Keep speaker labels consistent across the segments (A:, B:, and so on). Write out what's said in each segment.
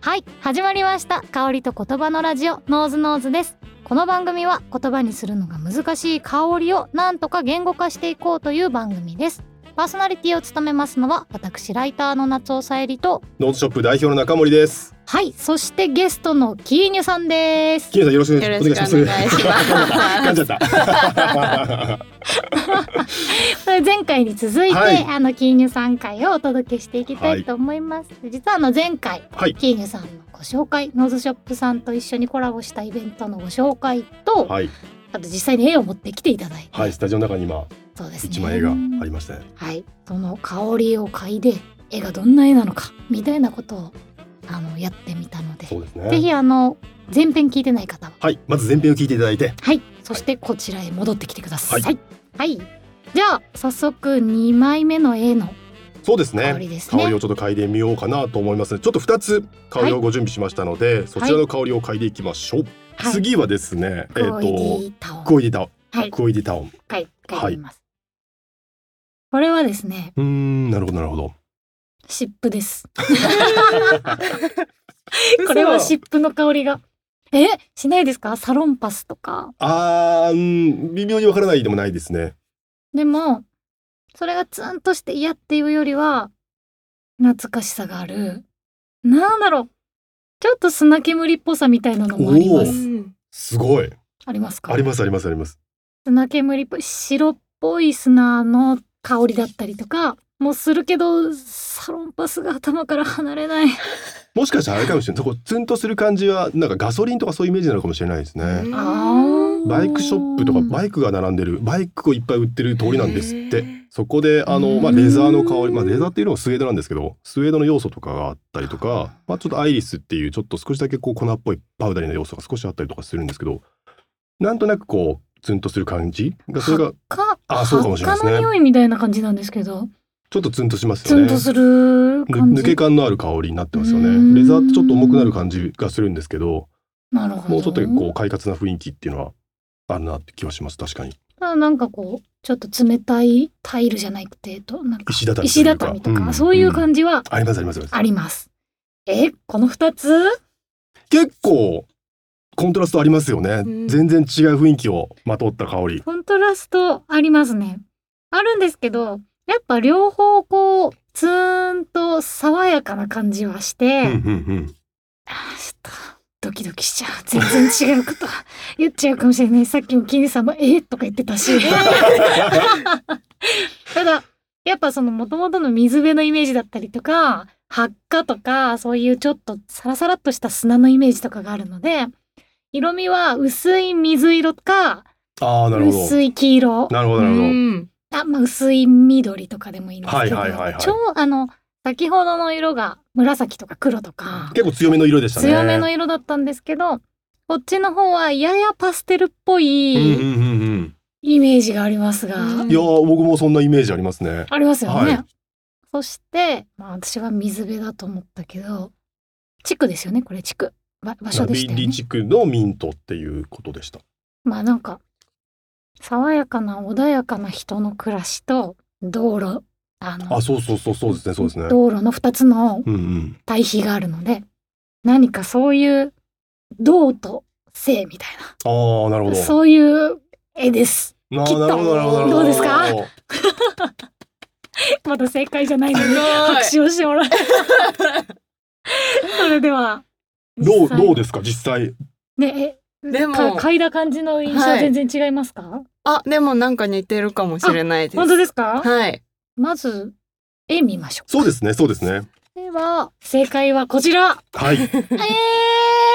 A: はい始まりました香りと言葉のラジオノーズノーズですこの番組は言葉にするのが難しい香りをなんとか言語化していこうという番組ですパーソナリティを務めますのは私ライターの夏尾さえりと
B: ノートショップ代表の中森です。
A: はいそしてゲストのキーニュさんです
B: 金谷さんよろしくお願
C: よろ
B: いします。
C: しくお願いし
B: 噛ん
C: ま
B: じ
C: す。
B: ゃった。噛んじゃっ
A: 前回に続いて、
B: はい
A: あのキーニュさん会をお届けしていきたいと思います、実はあの前回、
B: はい
A: キーニュさんのご紹介ノーズショップさんと一緒にコラボしたイベントのご紹介と、
B: た。はい、
A: あと実際に絵を持ってきていただいて、
B: はい、スタジオの中に今
A: そうですね
B: 一枚絵がありましたね。
A: はい、その香りを嗅いで絵がどんな絵なのかみたいなことをあのやってみたので、
B: そうです
A: ぜひ
B: ね。
A: あの前編聞いてない方は
B: はい、まず前編を聞いていただいて、
A: はいそしてこちらへ戻ってきてください。は、
B: はい
A: じゃあ早速2枚目の絵の
B: そうですね。
A: 香りですね
B: 香りをちょっと嗅いでみようかなと思います。ちょっと二つ香りをご準備しましたので、そちらの香りを嗅いでいきましょう。
A: はい
B: 次はですね、えっ、
A: クオリテ
B: と、
A: ィタオ
B: クオイディタオ
A: はい
B: ン、クオイディタオン。
A: はい書いてみます。これはですね
B: うーん、なるほどなるほど。
A: 湿布です。
C: 嘘
A: これは湿布の香りがえしないですかサロンパスとか
B: あー、うん、微妙にわからないでもないですね。
A: でもそれがツンとして嫌っていうよりは懐かしさがあるなんだろうちょっと砂煙っぽさみたいなのもありま
B: お
A: す
C: うん
B: すごい。
A: ありますか
B: ありますありますあります。
A: 砂煙っぽい白っぽい砂の香りだったりとかもするけどサロンパスが頭から離れない
B: もしかしたらあれかもしれない。そこツンとする感じはなんかガソリンとかそういうイメージなのかもしれないですね。
A: あー
B: バイクショップとかバ
A: イ
B: イクが並んでるバイクをいっぱい売ってる通りなんですっ
C: へ
B: て
C: ー。
B: そこであ
A: う
B: の
A: ん
B: まあレザーの香り、まあレザーっていうのはスウェードなんですけど、スウェードの要素とかがあったりとか、まあちょっとアイリスっていうちょっと少しだけこう粉っぽいパウダリーの要素が少しあったりとかするんですけど、なんとなくこうツンとする感じがそれが
A: か
B: あそうかもしれないですね
A: 発火の匂いみたいな感じなんですけど
B: ちょっとツンとします
A: ツ
B: よ
A: ン
B: ね。
A: とする
B: ぬ
A: 感じ
B: 抜け感のある香りになってますよ
A: うん
B: ね。レザーってちょっと重くなる感じがするんですけど、
A: なるほど
B: もうちょっとこう快活な雰囲気っていうのはあるなって気はします確かに
A: あなんかこうちょっと冷たいタイルじゃなくてとなんか
B: 石畳
A: 石畳とかそういう
B: じ、
A: 感じは
B: うんありますありますあります
A: あります。えこの2つ
B: 結構コントラストありますよね、
C: うん
B: 全然違う雰囲気をまとった香り
A: コントラストありますね。あるんですけどやっぱ両方こうツーンと爽やかな感じはして、
B: うんうんうん
A: あーちょっとドキドキしちゃう全然違うこと言っちゃうかもしれないさっきも金さんも「えーとか言ってたし ただやっぱそのもともとの水辺のイメージだったりとか発火とかそういうちょっとサラサラっとした砂のイメージとかがあるので色味は薄い水色か
B: ああなるほど
A: 薄い黄色
B: なるほど
C: う
B: なるほど、
C: ん
A: あ、まあ、薄い緑とかでもいいんですけど、
B: はいはいはいはい
A: 超あの先ほどの色が紫とか黒とか。
B: 結構強めの色でしたね
A: 強めの色だったんですけどこっちの方はややパステルっぽ
B: うん
A: い
B: うんうんうん
A: イメージがありますが、
C: うん
B: いやー僕もそんなイメージありますね
A: ありますよね。
B: はい
A: そして、まあ、私は水辺だと思ったけど地区ですよねこれ地区場場所でしたよ
B: ビ
A: ね
B: リ。地区のミントっていうことでした
A: まあなんか爽やかな穏やかな人の暮らしと道路あの
B: あそうそうそうそうですねそうですね
A: 道路の2つの
B: うんうん
A: 対比があるので何かそういう道と性みたい
B: ああなるほ
A: な
B: ど
A: そういう絵です。
B: な
A: きっと
B: なるほどなるほどなるほ
A: どうですかまだ正解じゃないのに
C: すごい
A: 拍手をしても らう。それでは
B: どうどう
A: で
B: ですか実際
A: ねえ
C: でも
A: か嗅いだ感じの印象
C: はい
A: 全然違いますか、
C: あ、でもなんか似てるかもしれないです。
A: 本当ですか、
C: はい。
A: まず絵見ましょ
B: そうですねそうですね
A: うでは正解はこちら
B: はい
A: えー、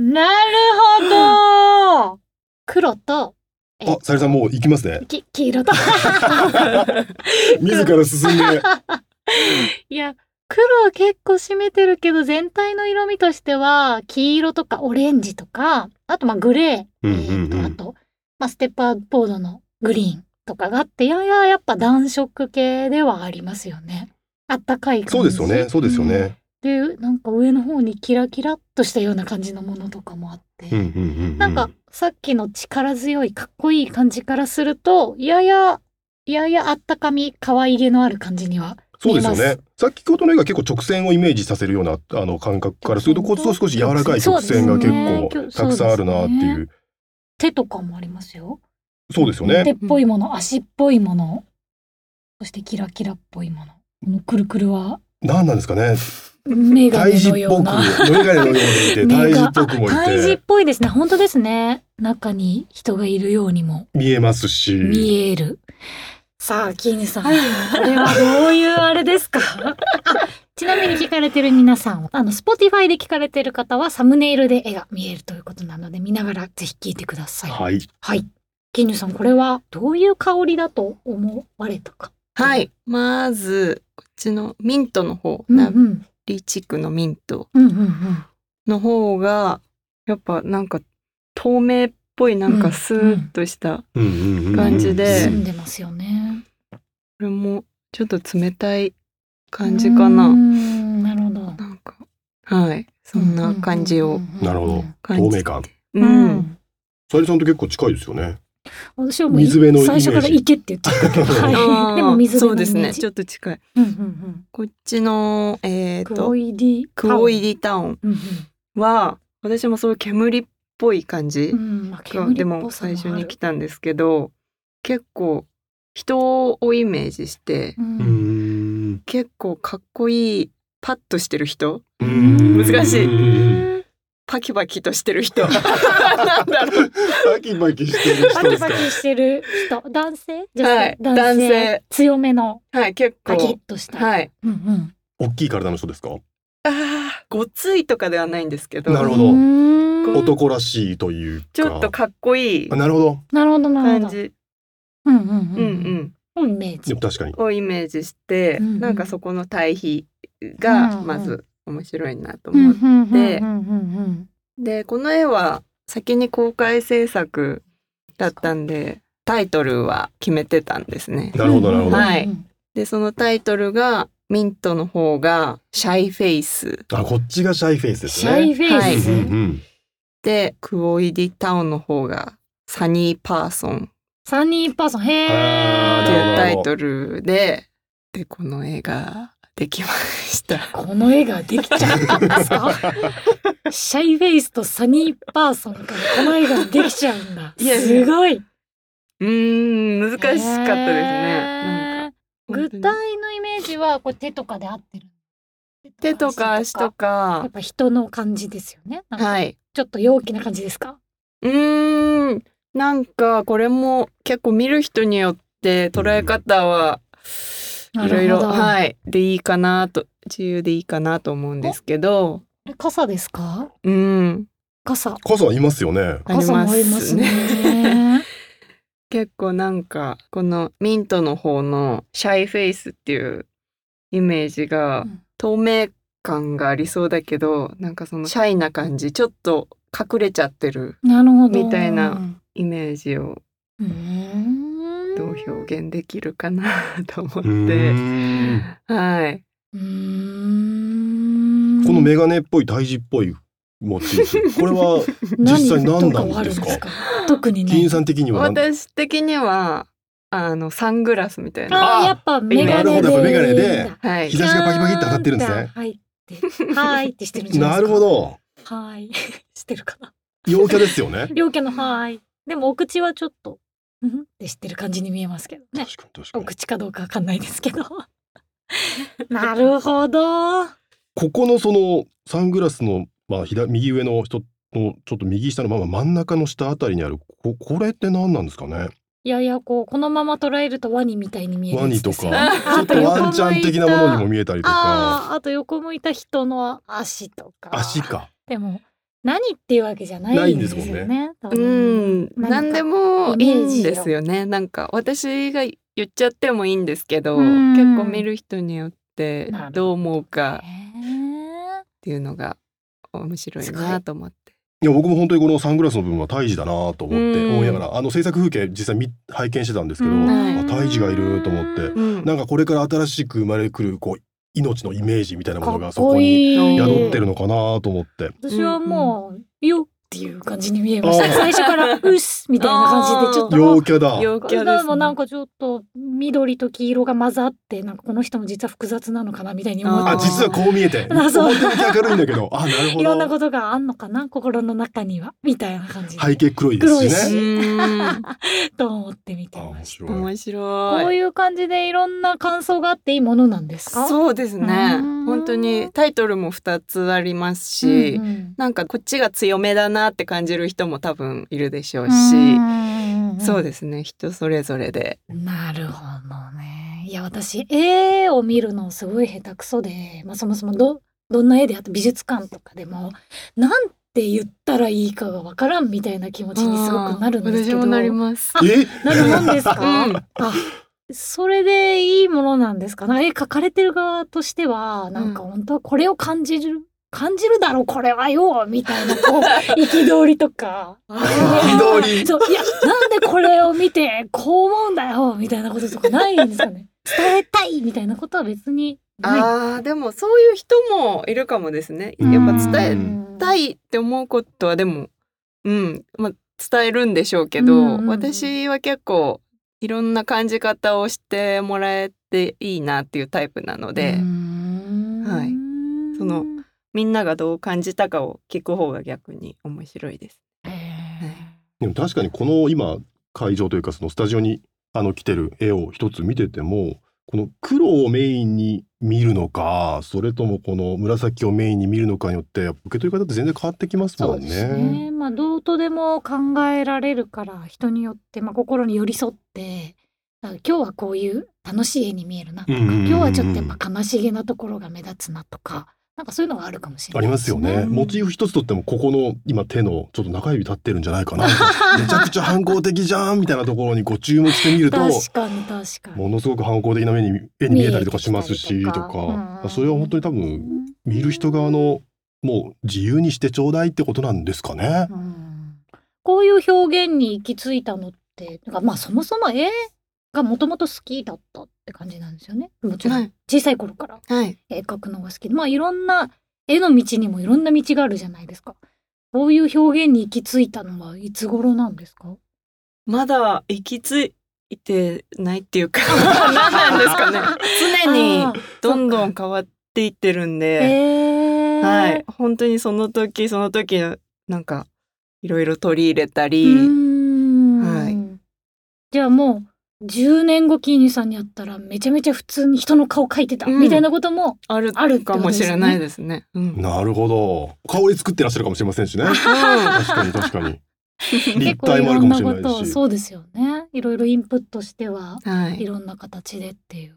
A: なる ほど黒とえ
B: あ、さゆりさんもう行きますね。
A: き黄 色と
B: 自ら進 んで。
A: いや黒結構占めてるけど全体の色味としては黄色とかオレンジとかあとまあグレー
B: う
A: え
B: ん
A: ー
B: う
A: と
B: んう
A: あ
B: ん。
A: と、まあ、ステッパーボードのグリーンとかがあってやややっぱ暖色系ではありますよね。あったかい感じ
B: そうですよね。そうですよね。
A: でなんか上の方にキラキラっとしたような感じのものとかもあって、
B: うんうんうんうん。
A: なんかさっきの力強いかっこいい感じからするとややややあったかみ可愛げのある感じには
B: そうですよ
A: 見えま
B: ね先ほどの絵が結構直線をイメージさせるようなあの感覚からすると
A: 直
B: こっ
A: 線
B: ち
A: と
B: と少し柔らかい直線が結構
A: そうですね
B: たくさんあるなっていう
A: 手とかもありますよ。
B: そうですよね
A: 手っぽいもの、足っぽいもの、そしてキラキラっぽいもの。このくるくるは
B: 何なんですかね
A: メガ
B: 胎
A: ネ
B: 児
A: の
B: っぽ
A: よう
B: く
A: な。
B: 眼鏡のようでいて
A: 目
B: 胎児
A: が
B: っぽくもい
A: あ胎児ってぽいですね。本当ですね。中に人がいるようにも
B: 見えますし
A: 見える。さあ、キーヌさん、これはどういうあれですか ちなみに聞かれてる皆さんは、あの、Spotify で聞かれてる方はサムネイルで絵が見えるということなので、見ながらぜひ聞いてください。はい。
B: はい
A: キーヌさん、これはどういう香りだと思われたか。
C: はい。まず、こっちのミントの方、
A: うんう
C: ナ
A: ん。
C: リ地区のミント
A: うんうんうん。
C: の方が、やっぱなんか透明っぽいなんかスーッとした、
B: うんうんうんうん
C: 感じで
A: 住んでますよね。
C: これもちょっと冷たい感じかな。
A: うーんなるほど。
C: なんか、はい。そんな感じ
A: う
C: を
A: んうんうんうん。
B: なるほど
C: 感じ
B: 透明感。
C: う。
A: うんん。
B: さゆりさんと結構近いですよね
A: 私はもう
B: 水辺のイメージ
A: 最初から池って言ってたけど、
C: あ
A: は
C: ー
A: い、でも水
C: そう
A: 辺の
C: で
A: イ
C: す
A: メー
C: ね。
A: ジ。
C: ちょっと近い。
A: うんうん
C: こっちの、
A: う
C: えっ
A: ん。
C: と
A: 黒、いり。
C: クオイリタウン
A: うん
C: は、私もそういう煙っぽい感じ
A: うん。うん。まあ
C: が、
A: 煙
C: で
A: っぽ
C: も
A: さあ
C: 最
A: る
C: 初に来たんですけど、結構人をイメージして、
A: うん。
C: 結構かっこいい、パッとしてる人、
B: うん
C: 難しい
B: うんうんうん
C: パキパキとしてる 人。なんだろう。
B: バキバキしてる
A: パ
B: 人
A: キ
B: です
A: パ
B: か
A: キしてる人、男性女性、
C: はい男性
A: 強めの
C: はい、結
A: パキッ
C: 構。
A: とした。。
C: はいい。
A: うんうん。
B: 大きい体の人ですか
C: ああ、ごついとかではないんですけど、
B: なるほど
A: うーん
B: 男らしいというか
C: ちょっとかっこいい
B: あなるほど
A: なるほどなるほど。
C: 感じ、
A: うんうん
C: う
A: うんん
C: う。ん、
A: うんイメー
B: で
A: ジ。
B: も確かに
C: をイメージして、
A: うんうん
C: なんかそこの対比が
A: うん
C: まず面白いなと
A: うん
C: 思っ
A: うんうんうん
C: でこの絵は先に公開制作だったんでタイトルは決めてたんですね。
B: なるほどなるほど、
C: はいでそのタイトルがミントの方が「シャイフェイス
B: あこっちがシャイフェイスです
A: シ
B: ね
A: ャイフェイ
C: イ
A: ス。
C: ス
B: うんうん」
C: でクオイディタウンの方が「サニーパーソン」
A: サニーパーソン、へ
B: あー
C: と
B: なるほど
A: ー。
C: いうタイトルででこの絵ができました。
A: この絵ができちゃったんですか シャイフェイスとサニーパーソンからこの絵ができちゃうんだ。
C: いやいや
A: すごい。
C: うーん難しかったですね。なんか
A: へー具体のイメージはこれ手とかで合ってる。
C: 手とか足と。
A: や
C: か
A: っぱ人の感じですよね。なんか
C: はい
A: ちょっと陽気な感じですか。
C: うーんなんかこれも結構見る人によって捉え方は
A: うん
C: いろいろ
A: なるほど
C: はいでいいかなと自由でいいかなと思うんですけど
A: これ傘ですか。
C: うん
A: 傘。
B: 傘いますよね
C: あり
A: 傘
C: ま
A: もありますす
C: ね。
A: ね。
C: 結構なんかこのミントの方のシャイフェイスっていうイメージが
A: うん
C: 透明感がありそうだけどなんかそのシャイな感じちょっと隠れちゃってる
A: なるほど。
C: みたいなイメージを
A: うーん。
C: どう表現できるかな と思っ
B: う
C: て
B: ーん
C: はい。
A: うーん
B: このメガネっぽい胎児っぽいモチーフこれは実際何なん
A: と
B: ですか
A: はあるんですか特に
B: 議員
A: ね。
B: さん的には何
C: 私的にはあのサングラスみたいな
A: ああ
B: あ
A: やっぱメガネで。
B: なるほどやっぱメガネで
C: はい
B: 日差しがパキパキって当たってるんですね
A: はいって。はいってしてるんじゃない
B: な
A: ですか。
B: るほ。ど
A: はい。 してるかな。
B: 陽キャですよね
A: 両家のはい。でもお口はちょっと、うんってしてる感じに見えますけど ね。
B: 確かに確か
A: お
B: に
A: 口かどうかわかんないですけど。なるほど。
B: ここのそのサングラスの、まあ、左右上の人のちょっと右下のまま真ん中の下あたりにあるここれって何なんですかね
A: いやいや、こう、このまま捉えるとワニみたいに見える
B: ワ
A: や
B: ニ
A: つ
B: と
A: です
B: か
A: よ
B: ちょっとワンちゃん的なものにも見えたりとか
A: ああ、あと横向いた人の足とか。
B: 足か
A: でも、何っていうわけじゃないんですよ
B: ないんですもん
A: ね。多
C: う
A: 分
C: ん
A: なんか
C: 何でもいいんですよねなんか私が言っちゃってもいいんですけど
A: うん
C: 結構見る人によって
A: なるほど
C: どう思うかっ
A: へ
C: ていうのが面白い
A: すごい
C: なと思って
B: いや僕も本当にこのサングラスの部分は胎児だなと思って
C: うん
B: 思いながらあの制作風景実際見拝見してたんです
A: ー
B: けど、
A: うん
B: あ胎児がいると思って
C: うん
B: なんかこれから新しく生まれくるこう命のイメージみたいなもの
A: か
B: が
A: っ
B: そこ
A: こ
B: に
A: いい
B: 宿ってるのかなと思って。
A: 私はもう、よっていう感じに見えました
B: あー
A: 最初から「うっす」みたいな感じでちょっと
B: 陽キャだ
C: 陽キャで
A: です
C: ね
A: もなんかちょっと緑と黄色が混ざってなんかこの人も実は複雑なのかなみたいに思っ
B: あ
A: て
B: 実はこう見えて
A: あ そう
B: 表向き明るいんだけどあなるほ
A: いろんな
B: ど
A: ことがあんのかな心の中にはみたいな感じで、
B: 背景黒いです
A: 黒い
B: しね
A: し
C: うん
A: と思って見て
B: あ
A: ま
B: 面
A: し
B: 白
A: た。
B: い
C: 面白い。
A: こういう感じでいろんな感想があっていいものなんですか
C: そうです
A: う
C: ね
A: ん。
C: 本当にタイトルも2つありますし、
A: うんうん
C: なんかこっちが強めだなって感じる人も多分いるでしょうし、
A: うん
C: そうですね。人それぞれで。
A: なるほどね。いや私絵を見るのすごい下手くそで、まあ、そもそもどどんな絵であって美術館とかでもなんて言ったらいいかがわからんみたいな気持ちにすごくなるんですけど
C: 私もなります。
B: え
A: なるもんです
C: う
A: か、
C: ん。
A: あそれでいいものなんですかなんか絵描かれてる側としてはなんか本当はこれを感じる感じるだろこれはよみたいな こう憤りとか
B: 憤 り
A: そういやなんでこれを見てこう思うんだよみたいなこととかないんですかね 伝えたいみたいなことは別にない
C: ああ、でもそういう人もいるかもですね。やっぱ伝えたいって思うことはでも、うん、まあ、伝えるんでしょうけど、
A: うんうんうん
C: 私は結構いろんな感じ方をしてもらえていいなっていうタイプなので、は
A: はい
C: そのみんながどう感じたかを聞く方が逆に面白いです。
B: でも確かにこの今会場というかそのスタジオにあの来てる絵を一つ見ててもこの黒をメインに見るのかそれともこの紫をメインに見るのかによってやっぱ受け取り方って全然変わってきますもんね。
A: ねまあ、どうとでも考えられるから人によって、まあ、心に寄り添ってだから今日はこういう楽しい絵に見えるなとか、
B: うんうんうんうん
A: 今日はちょっとやっぱ悲しげなところが目立つなとかなんかそういうのがあるかもしれ
B: あ
A: ない
B: り
A: で
B: ますよね。モチーフ一つとってもここの今手のちょっと中指立ってるんじゃない かなめちゃくちゃ反抗的じゃんみたいなところにこう注目してみると
A: 確かに確かに。
B: ものすごく反抗的な目に絵に見えたりとかしますしとか
A: うんうん
B: それは本当に多分見る人側のもう自由にしてちょうだいってことなんですかね。
A: うんこういう表現に行き着いたのってなんかまあそもそも絵がもともと好きだったって感じなんですよねもちろん
C: い。
A: 小さい頃から
C: はい。
A: 絵描くのが好きでまあいろんな絵の道にもいろんな道があるじゃないですかこういう表現に行き着いたのはいつ頃なんですか
C: まだ行き着いてないっていうか、何 なんですかね。常に
A: あー
C: どんどん変わっていってるんで。
A: へー
C: はい、本当にその時その時のなんかいろいろ取り入れた
A: う
C: り、
A: ーん
C: はい
A: じゃあもう10年後キーニさんに会ったらめちゃめちゃ普通に人の顔描いてた、
C: うん
A: みたいなことも
C: ある
A: あるってこ
C: か
A: と
C: も
A: です
C: し
A: ね
C: れないですね。うん、
B: なるほど。香り作ってらっしゃるかもしれませんしね。確かに確かに。立体もあるかもし
A: 結構い
B: れ
A: ろんな
B: な
A: いことを
B: し。
A: そうですよねいろいろインプットしては
C: は いい、
A: ろんな形でっていう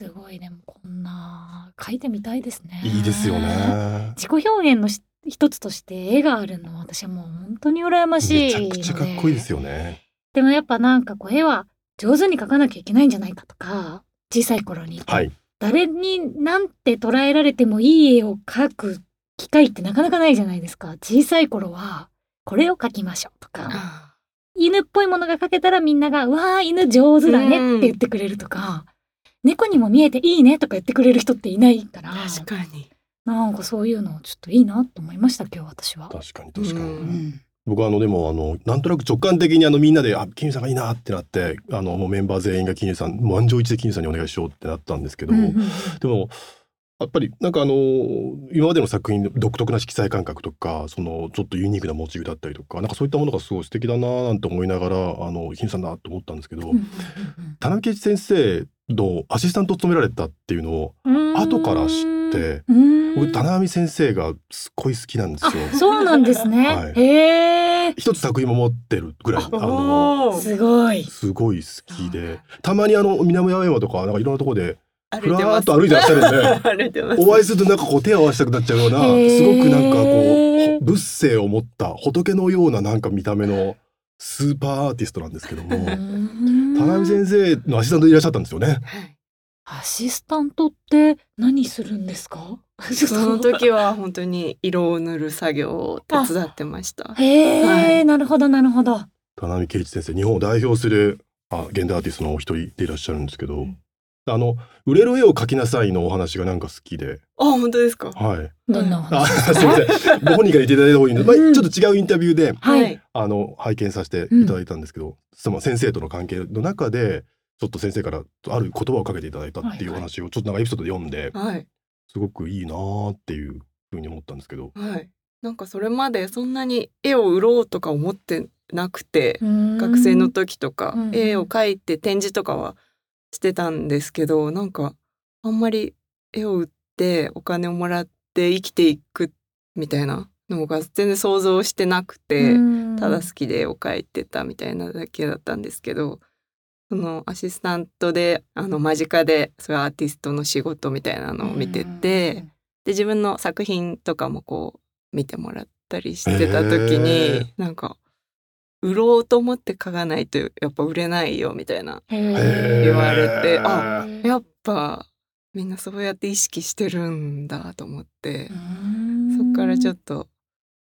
A: すごいでもこんな描いてみたいですね
B: いいです よね。
A: 自己表現のし一つとして絵があるのは私はもう本当に羨まし
B: め
A: い
B: ち
A: ので
B: ゃくちゃかっこいいですよね。
A: でもやっぱなんかこう絵は上手に描かなきゃいけないんじゃないかとか小さい頃に、
B: はい。
A: 誰になんて捉えられてもいい絵を描く機会ってなかなかないじゃないですか小さい頃はこれを描きましょうとか
C: あ
A: 犬っぽいものが描けたらみんなが「うわー犬上手だね」って言ってくれるとか、猫にも見えていいねとか言ってくれる人っていないから
C: 確かに。
A: なんかそういうのちょっといいなと思いました今日私は。
B: 確かに確かに。
C: う
A: うん
B: 僕はあのでもあのなんとなく直感的にあのみんなで「あ金融さんがいいな」ってなってあのもうメンバー全員が金融さん満場一致で金融さんにお願いしようってなったんですけど、
A: うんうんうん
B: でもやっぱりなんかあの今までの作品の独特な色彩感覚とかそのちょっとユニークなモチーフだったりとかなんかそういったものがすごい素敵だなーなんて思いながらあの金融さんだと思ったんですけど、田中圭一先生のアシスタントを務められたっていうのを後から知って、
A: うーん
B: 僕田中先生がすっごい好きなんですよ。
A: そうなんですね。
B: はい
A: へえ、
B: 一つ作品も持ってるぐらいあの
C: おー
A: すごい。
B: すごい好き
C: そうなん
B: で
C: だ
B: たまにあの南青山とかなんかいろんなところでふ
C: 歩い
B: ら
C: て
B: ー
C: ま
B: っ
C: す。
B: と歩いてらっしゃるんで
C: 歩いてます。
B: お会いするとなんかこう手を合わせたくなっちゃうような
A: へ
B: す
A: ー
B: ごくなんかこう仏性を持った仏のようななんか見た目のスーパーアーティストなんですけども
A: 田
B: 田
A: 波
B: 波先生のアシスタントでいらっしゃったんですよね。
C: はい
A: アシスタントって何するんですか？ちょっと
C: その。時は本当に色を塗る作業を手伝ってました。
A: へえ、
C: はい
A: なるほどなるほど。
B: 田波圭一先生日本を代表するあ現代アーティストのお一人でいらっしゃるんですけどあの「売れる絵を描きなさい」のお話がなんか好きで、
C: あ本当ですか。
B: はい、
A: どんなお
B: あ
A: 話
B: すいませんご本人から言っていただいた方がいいので、まあ、
A: うん
B: ちょっと違うインタビューで
A: はい
B: あの拝見させていただいたんですけど、その先生との関係の中でちょっと先生からある言葉をかけていただいたっていうお話をちょっとなんかエピソードで読んで、
C: はい
B: すごくいいなーっていうふうに思ったんですけど。
C: はい。なんかそれまでそんなに絵を売ろうとか思ってなくて、
A: 学
C: 学生の時とか
A: うん
C: 絵を描いて展示とかはしてたんですけど、なんかあんまり絵を売ってお金をもらって生きていくみたいなのが全然想像してなくて。ただ好きで絵を描いてたみたいなだけだったんですけどそのアシスタントであの間近でそういうアーティストの仕事みたいなのを見てて、で自分の作品とかもこう見てもらったりしてた時に、
B: へー
C: なんか売ろうと思って描かないとやっぱ売れないよみたいな
B: へー
C: 言われてあ
A: え
C: やっぱみんなそうやって意識してるんだと思って。そこからちょっ
A: と
C: と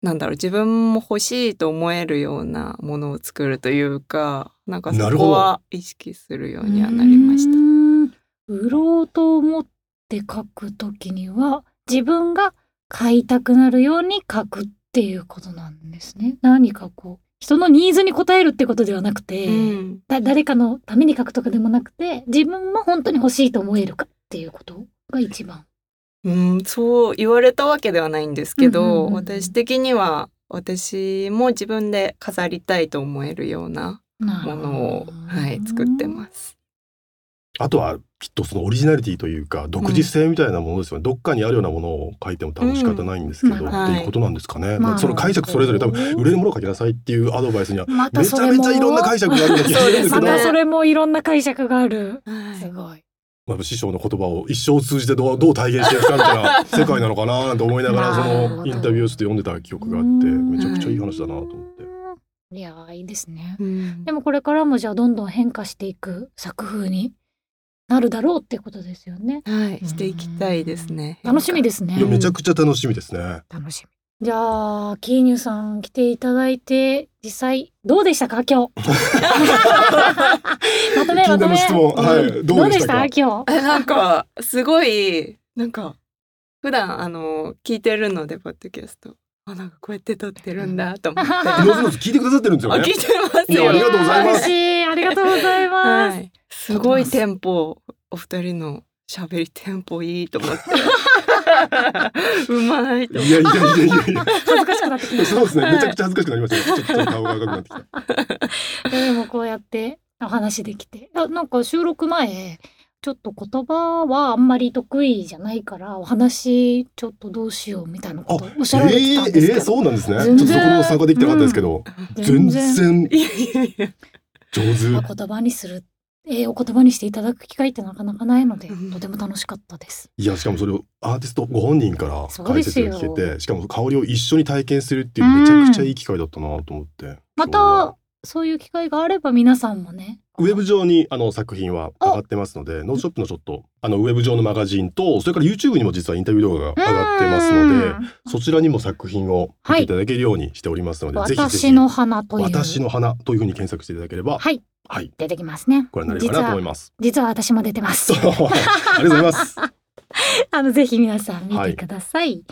C: なんだろう自分も欲しいと思えるようなものを作るというかなんか
B: な
C: そ
B: るほ
C: こ
B: ど
C: は意識するようにはなりました。
A: 売ろうと思って書くときには自分が買いたくなるように書くっていうことなんですね。何かこう人のニーズに応えるってことではなくて、
C: うん
A: だ誰かのために書くとかでもなくて自分も本当に欲しいと思えるかっていうことが一番。
C: うん、そう言われたわけではないんですけ
A: うんうんうん
C: ど、
A: うん
C: 私的には私も自分で飾りたいと思えるようなものを、はい、作って
A: す。
C: ます。
B: あとはきっとそのオリジナリティというか独自性みたいなものですよね、どっかにあるようなものを書いても多分仕方ないんですけど、
A: うん
C: まあ
B: っていうことなんですかね、
A: まあ
B: まあその解釈それぞれ多分売れるものを書きなさいっていうアドバイスには
A: ま
B: めちゃめちゃいろんな解釈があるような気がするん です
A: ま
B: けど
A: たそれもいろんな解釈がある。
C: はい
A: すごい。
B: まあ、師匠の言葉を一生通じてどうどう体現していくかみたい な世界なのかななんて思いながらそ
A: なるほ
B: の
A: ど
B: インタビューをちょっと読んでた記憶があって
A: うん
B: めちゃくちゃいい話だなと思って。
A: いやーいいですね。
C: うん
A: でもこれからもじゃあどんどん変化していく作風になるだろうってことですよね。
C: はい、していきたいですね。。
A: 楽しみですす
B: いや
A: ね。
B: めちゃくちゃ楽しみですね。
A: 楽しみ。じゃあキーニュさん来ていただいて実際どうでしたか今日。 まとめまと
B: 気になる
A: め。
B: 質問はい
A: うん
B: どうでしたか
A: 今日。
C: えなんか すごいなんか普段あの聞いてるのでポッドキャストあなんかこうやって撮ってるんだと思って
A: あ
B: のずのず 聞いてくださってるんですよ
C: あ聞い
B: ね。
C: てます
B: いや
C: よ
B: ありがとうございます
A: 嬉しいありがとうございま
C: は
A: す。
C: い、す ごいテンポお二人の喋りテンポいいと思って うまい
B: いやいやいやいやいや。
A: 恥ずかしくなってきました
B: そうですね。めちゃくちゃ恥ずかしくなりましたね。ちょっと顔が赤くなってきた。
A: でもこうやってお話できてあなんか収録前ちょっと言葉はあんまり得意じゃないからお話ちょっとどうしようみたいなことおっしゃられ
B: え
A: てたん
B: え
A: ですけ
B: え
A: ど、
B: えそうなんですね。ちょ
A: 全然
B: っとそこも参加できてなかったですけど、全然
C: いやいやいや
B: 上
A: ま
B: 手。
A: あ言葉にする、ええお言葉にしていただく機会ってなかなかないので、
C: うん
A: とても楽しかったです。
B: いやしかもそれをアーティストご本人から
A: そうで
B: 解
A: す
B: 説
A: よ
B: が聞けて、しかも香りを一緒に体験するっていうめちゃくちゃいい機会だったなと思って。
A: またそういう機会があれば皆さんもね
B: ウェブ上にあの作品は上がってますので、ノーショップのちょっとあのウェブ上のマガジンとそれから YouTube にも実はインタビュー動画が上がってますので、そちらにも作品を見ていただけるようにしておりますので、ぜひぜ
A: 私
B: ひ
A: の花という
B: 私の花というふうに検索していただければ、
A: はい
B: はい、
A: 出てきますね
B: ご覧になれる
A: 実
B: かなと思
A: はい
B: ます。
A: 実は私も出てます
B: ありがとうご ざいます。
A: あのぜひ皆さん見てください、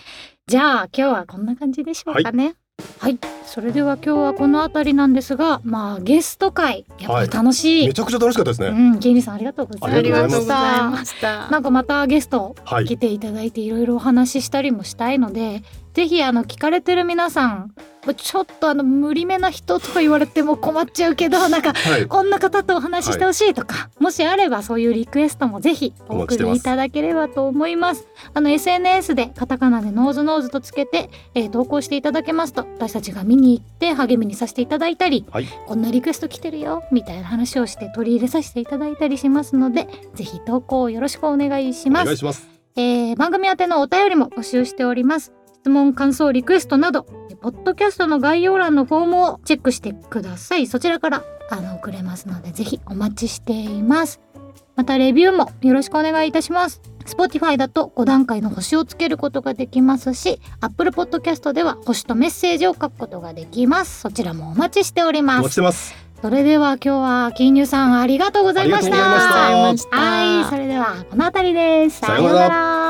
A: じゃあ今日はこんな感じでしょうかねはい、それでは今日はこのあたりなんですがまあゲスト会やっぱり楽しい、
B: めちゃくちゃ楽しかったですね。
A: うん、ケイリーさんありがとうござ
B: あ
A: い
B: り
A: ま
B: がとう
A: し
B: ご
A: た
C: した
A: なんかまたゲスト
B: はい。
A: 来ていただいていろいろお話ししたりもしたいのでぜひあの聞かれてる皆さんちょっとあの無理めな人とか言われても困っちゃうけどなんか
B: はい。
A: こんな方とお話ししてほしいとか、もしあればそういうリクエストもぜひお
B: お
A: 送
B: 待ちしてま
A: り
B: す
A: いただければと思いますあの SNS でカタカナでノーズノーズとつけて、えー投稿していただけますと私たちが見に行って励みにさせていただいたり、
B: はい
A: こんなリクエスト来てるよみたいな話をして取り入れさせていただいたりしますのでぜひ投稿をよろしくお願いし
B: お
A: ます
B: 願いします。
A: えー番組宛てのお便りも募集しております質問感想リクエストなどえポッドキャストの概要欄のフォームをチェックしてくださいそちらからあの送れますのでぜひお待ちしていますまたレビューもよろしくお願いいたします Spotify だと5段階の星をつけることができますし Apple Podcast では星とメッセージを書くことができますそちらもお待ちしており
B: お
A: ま
B: 待ち
A: す
B: してます。
A: それでは今日は金融さんありがとうございました
B: ありがとうございました
A: はいそれではこのあたりです
B: さようなら
A: ら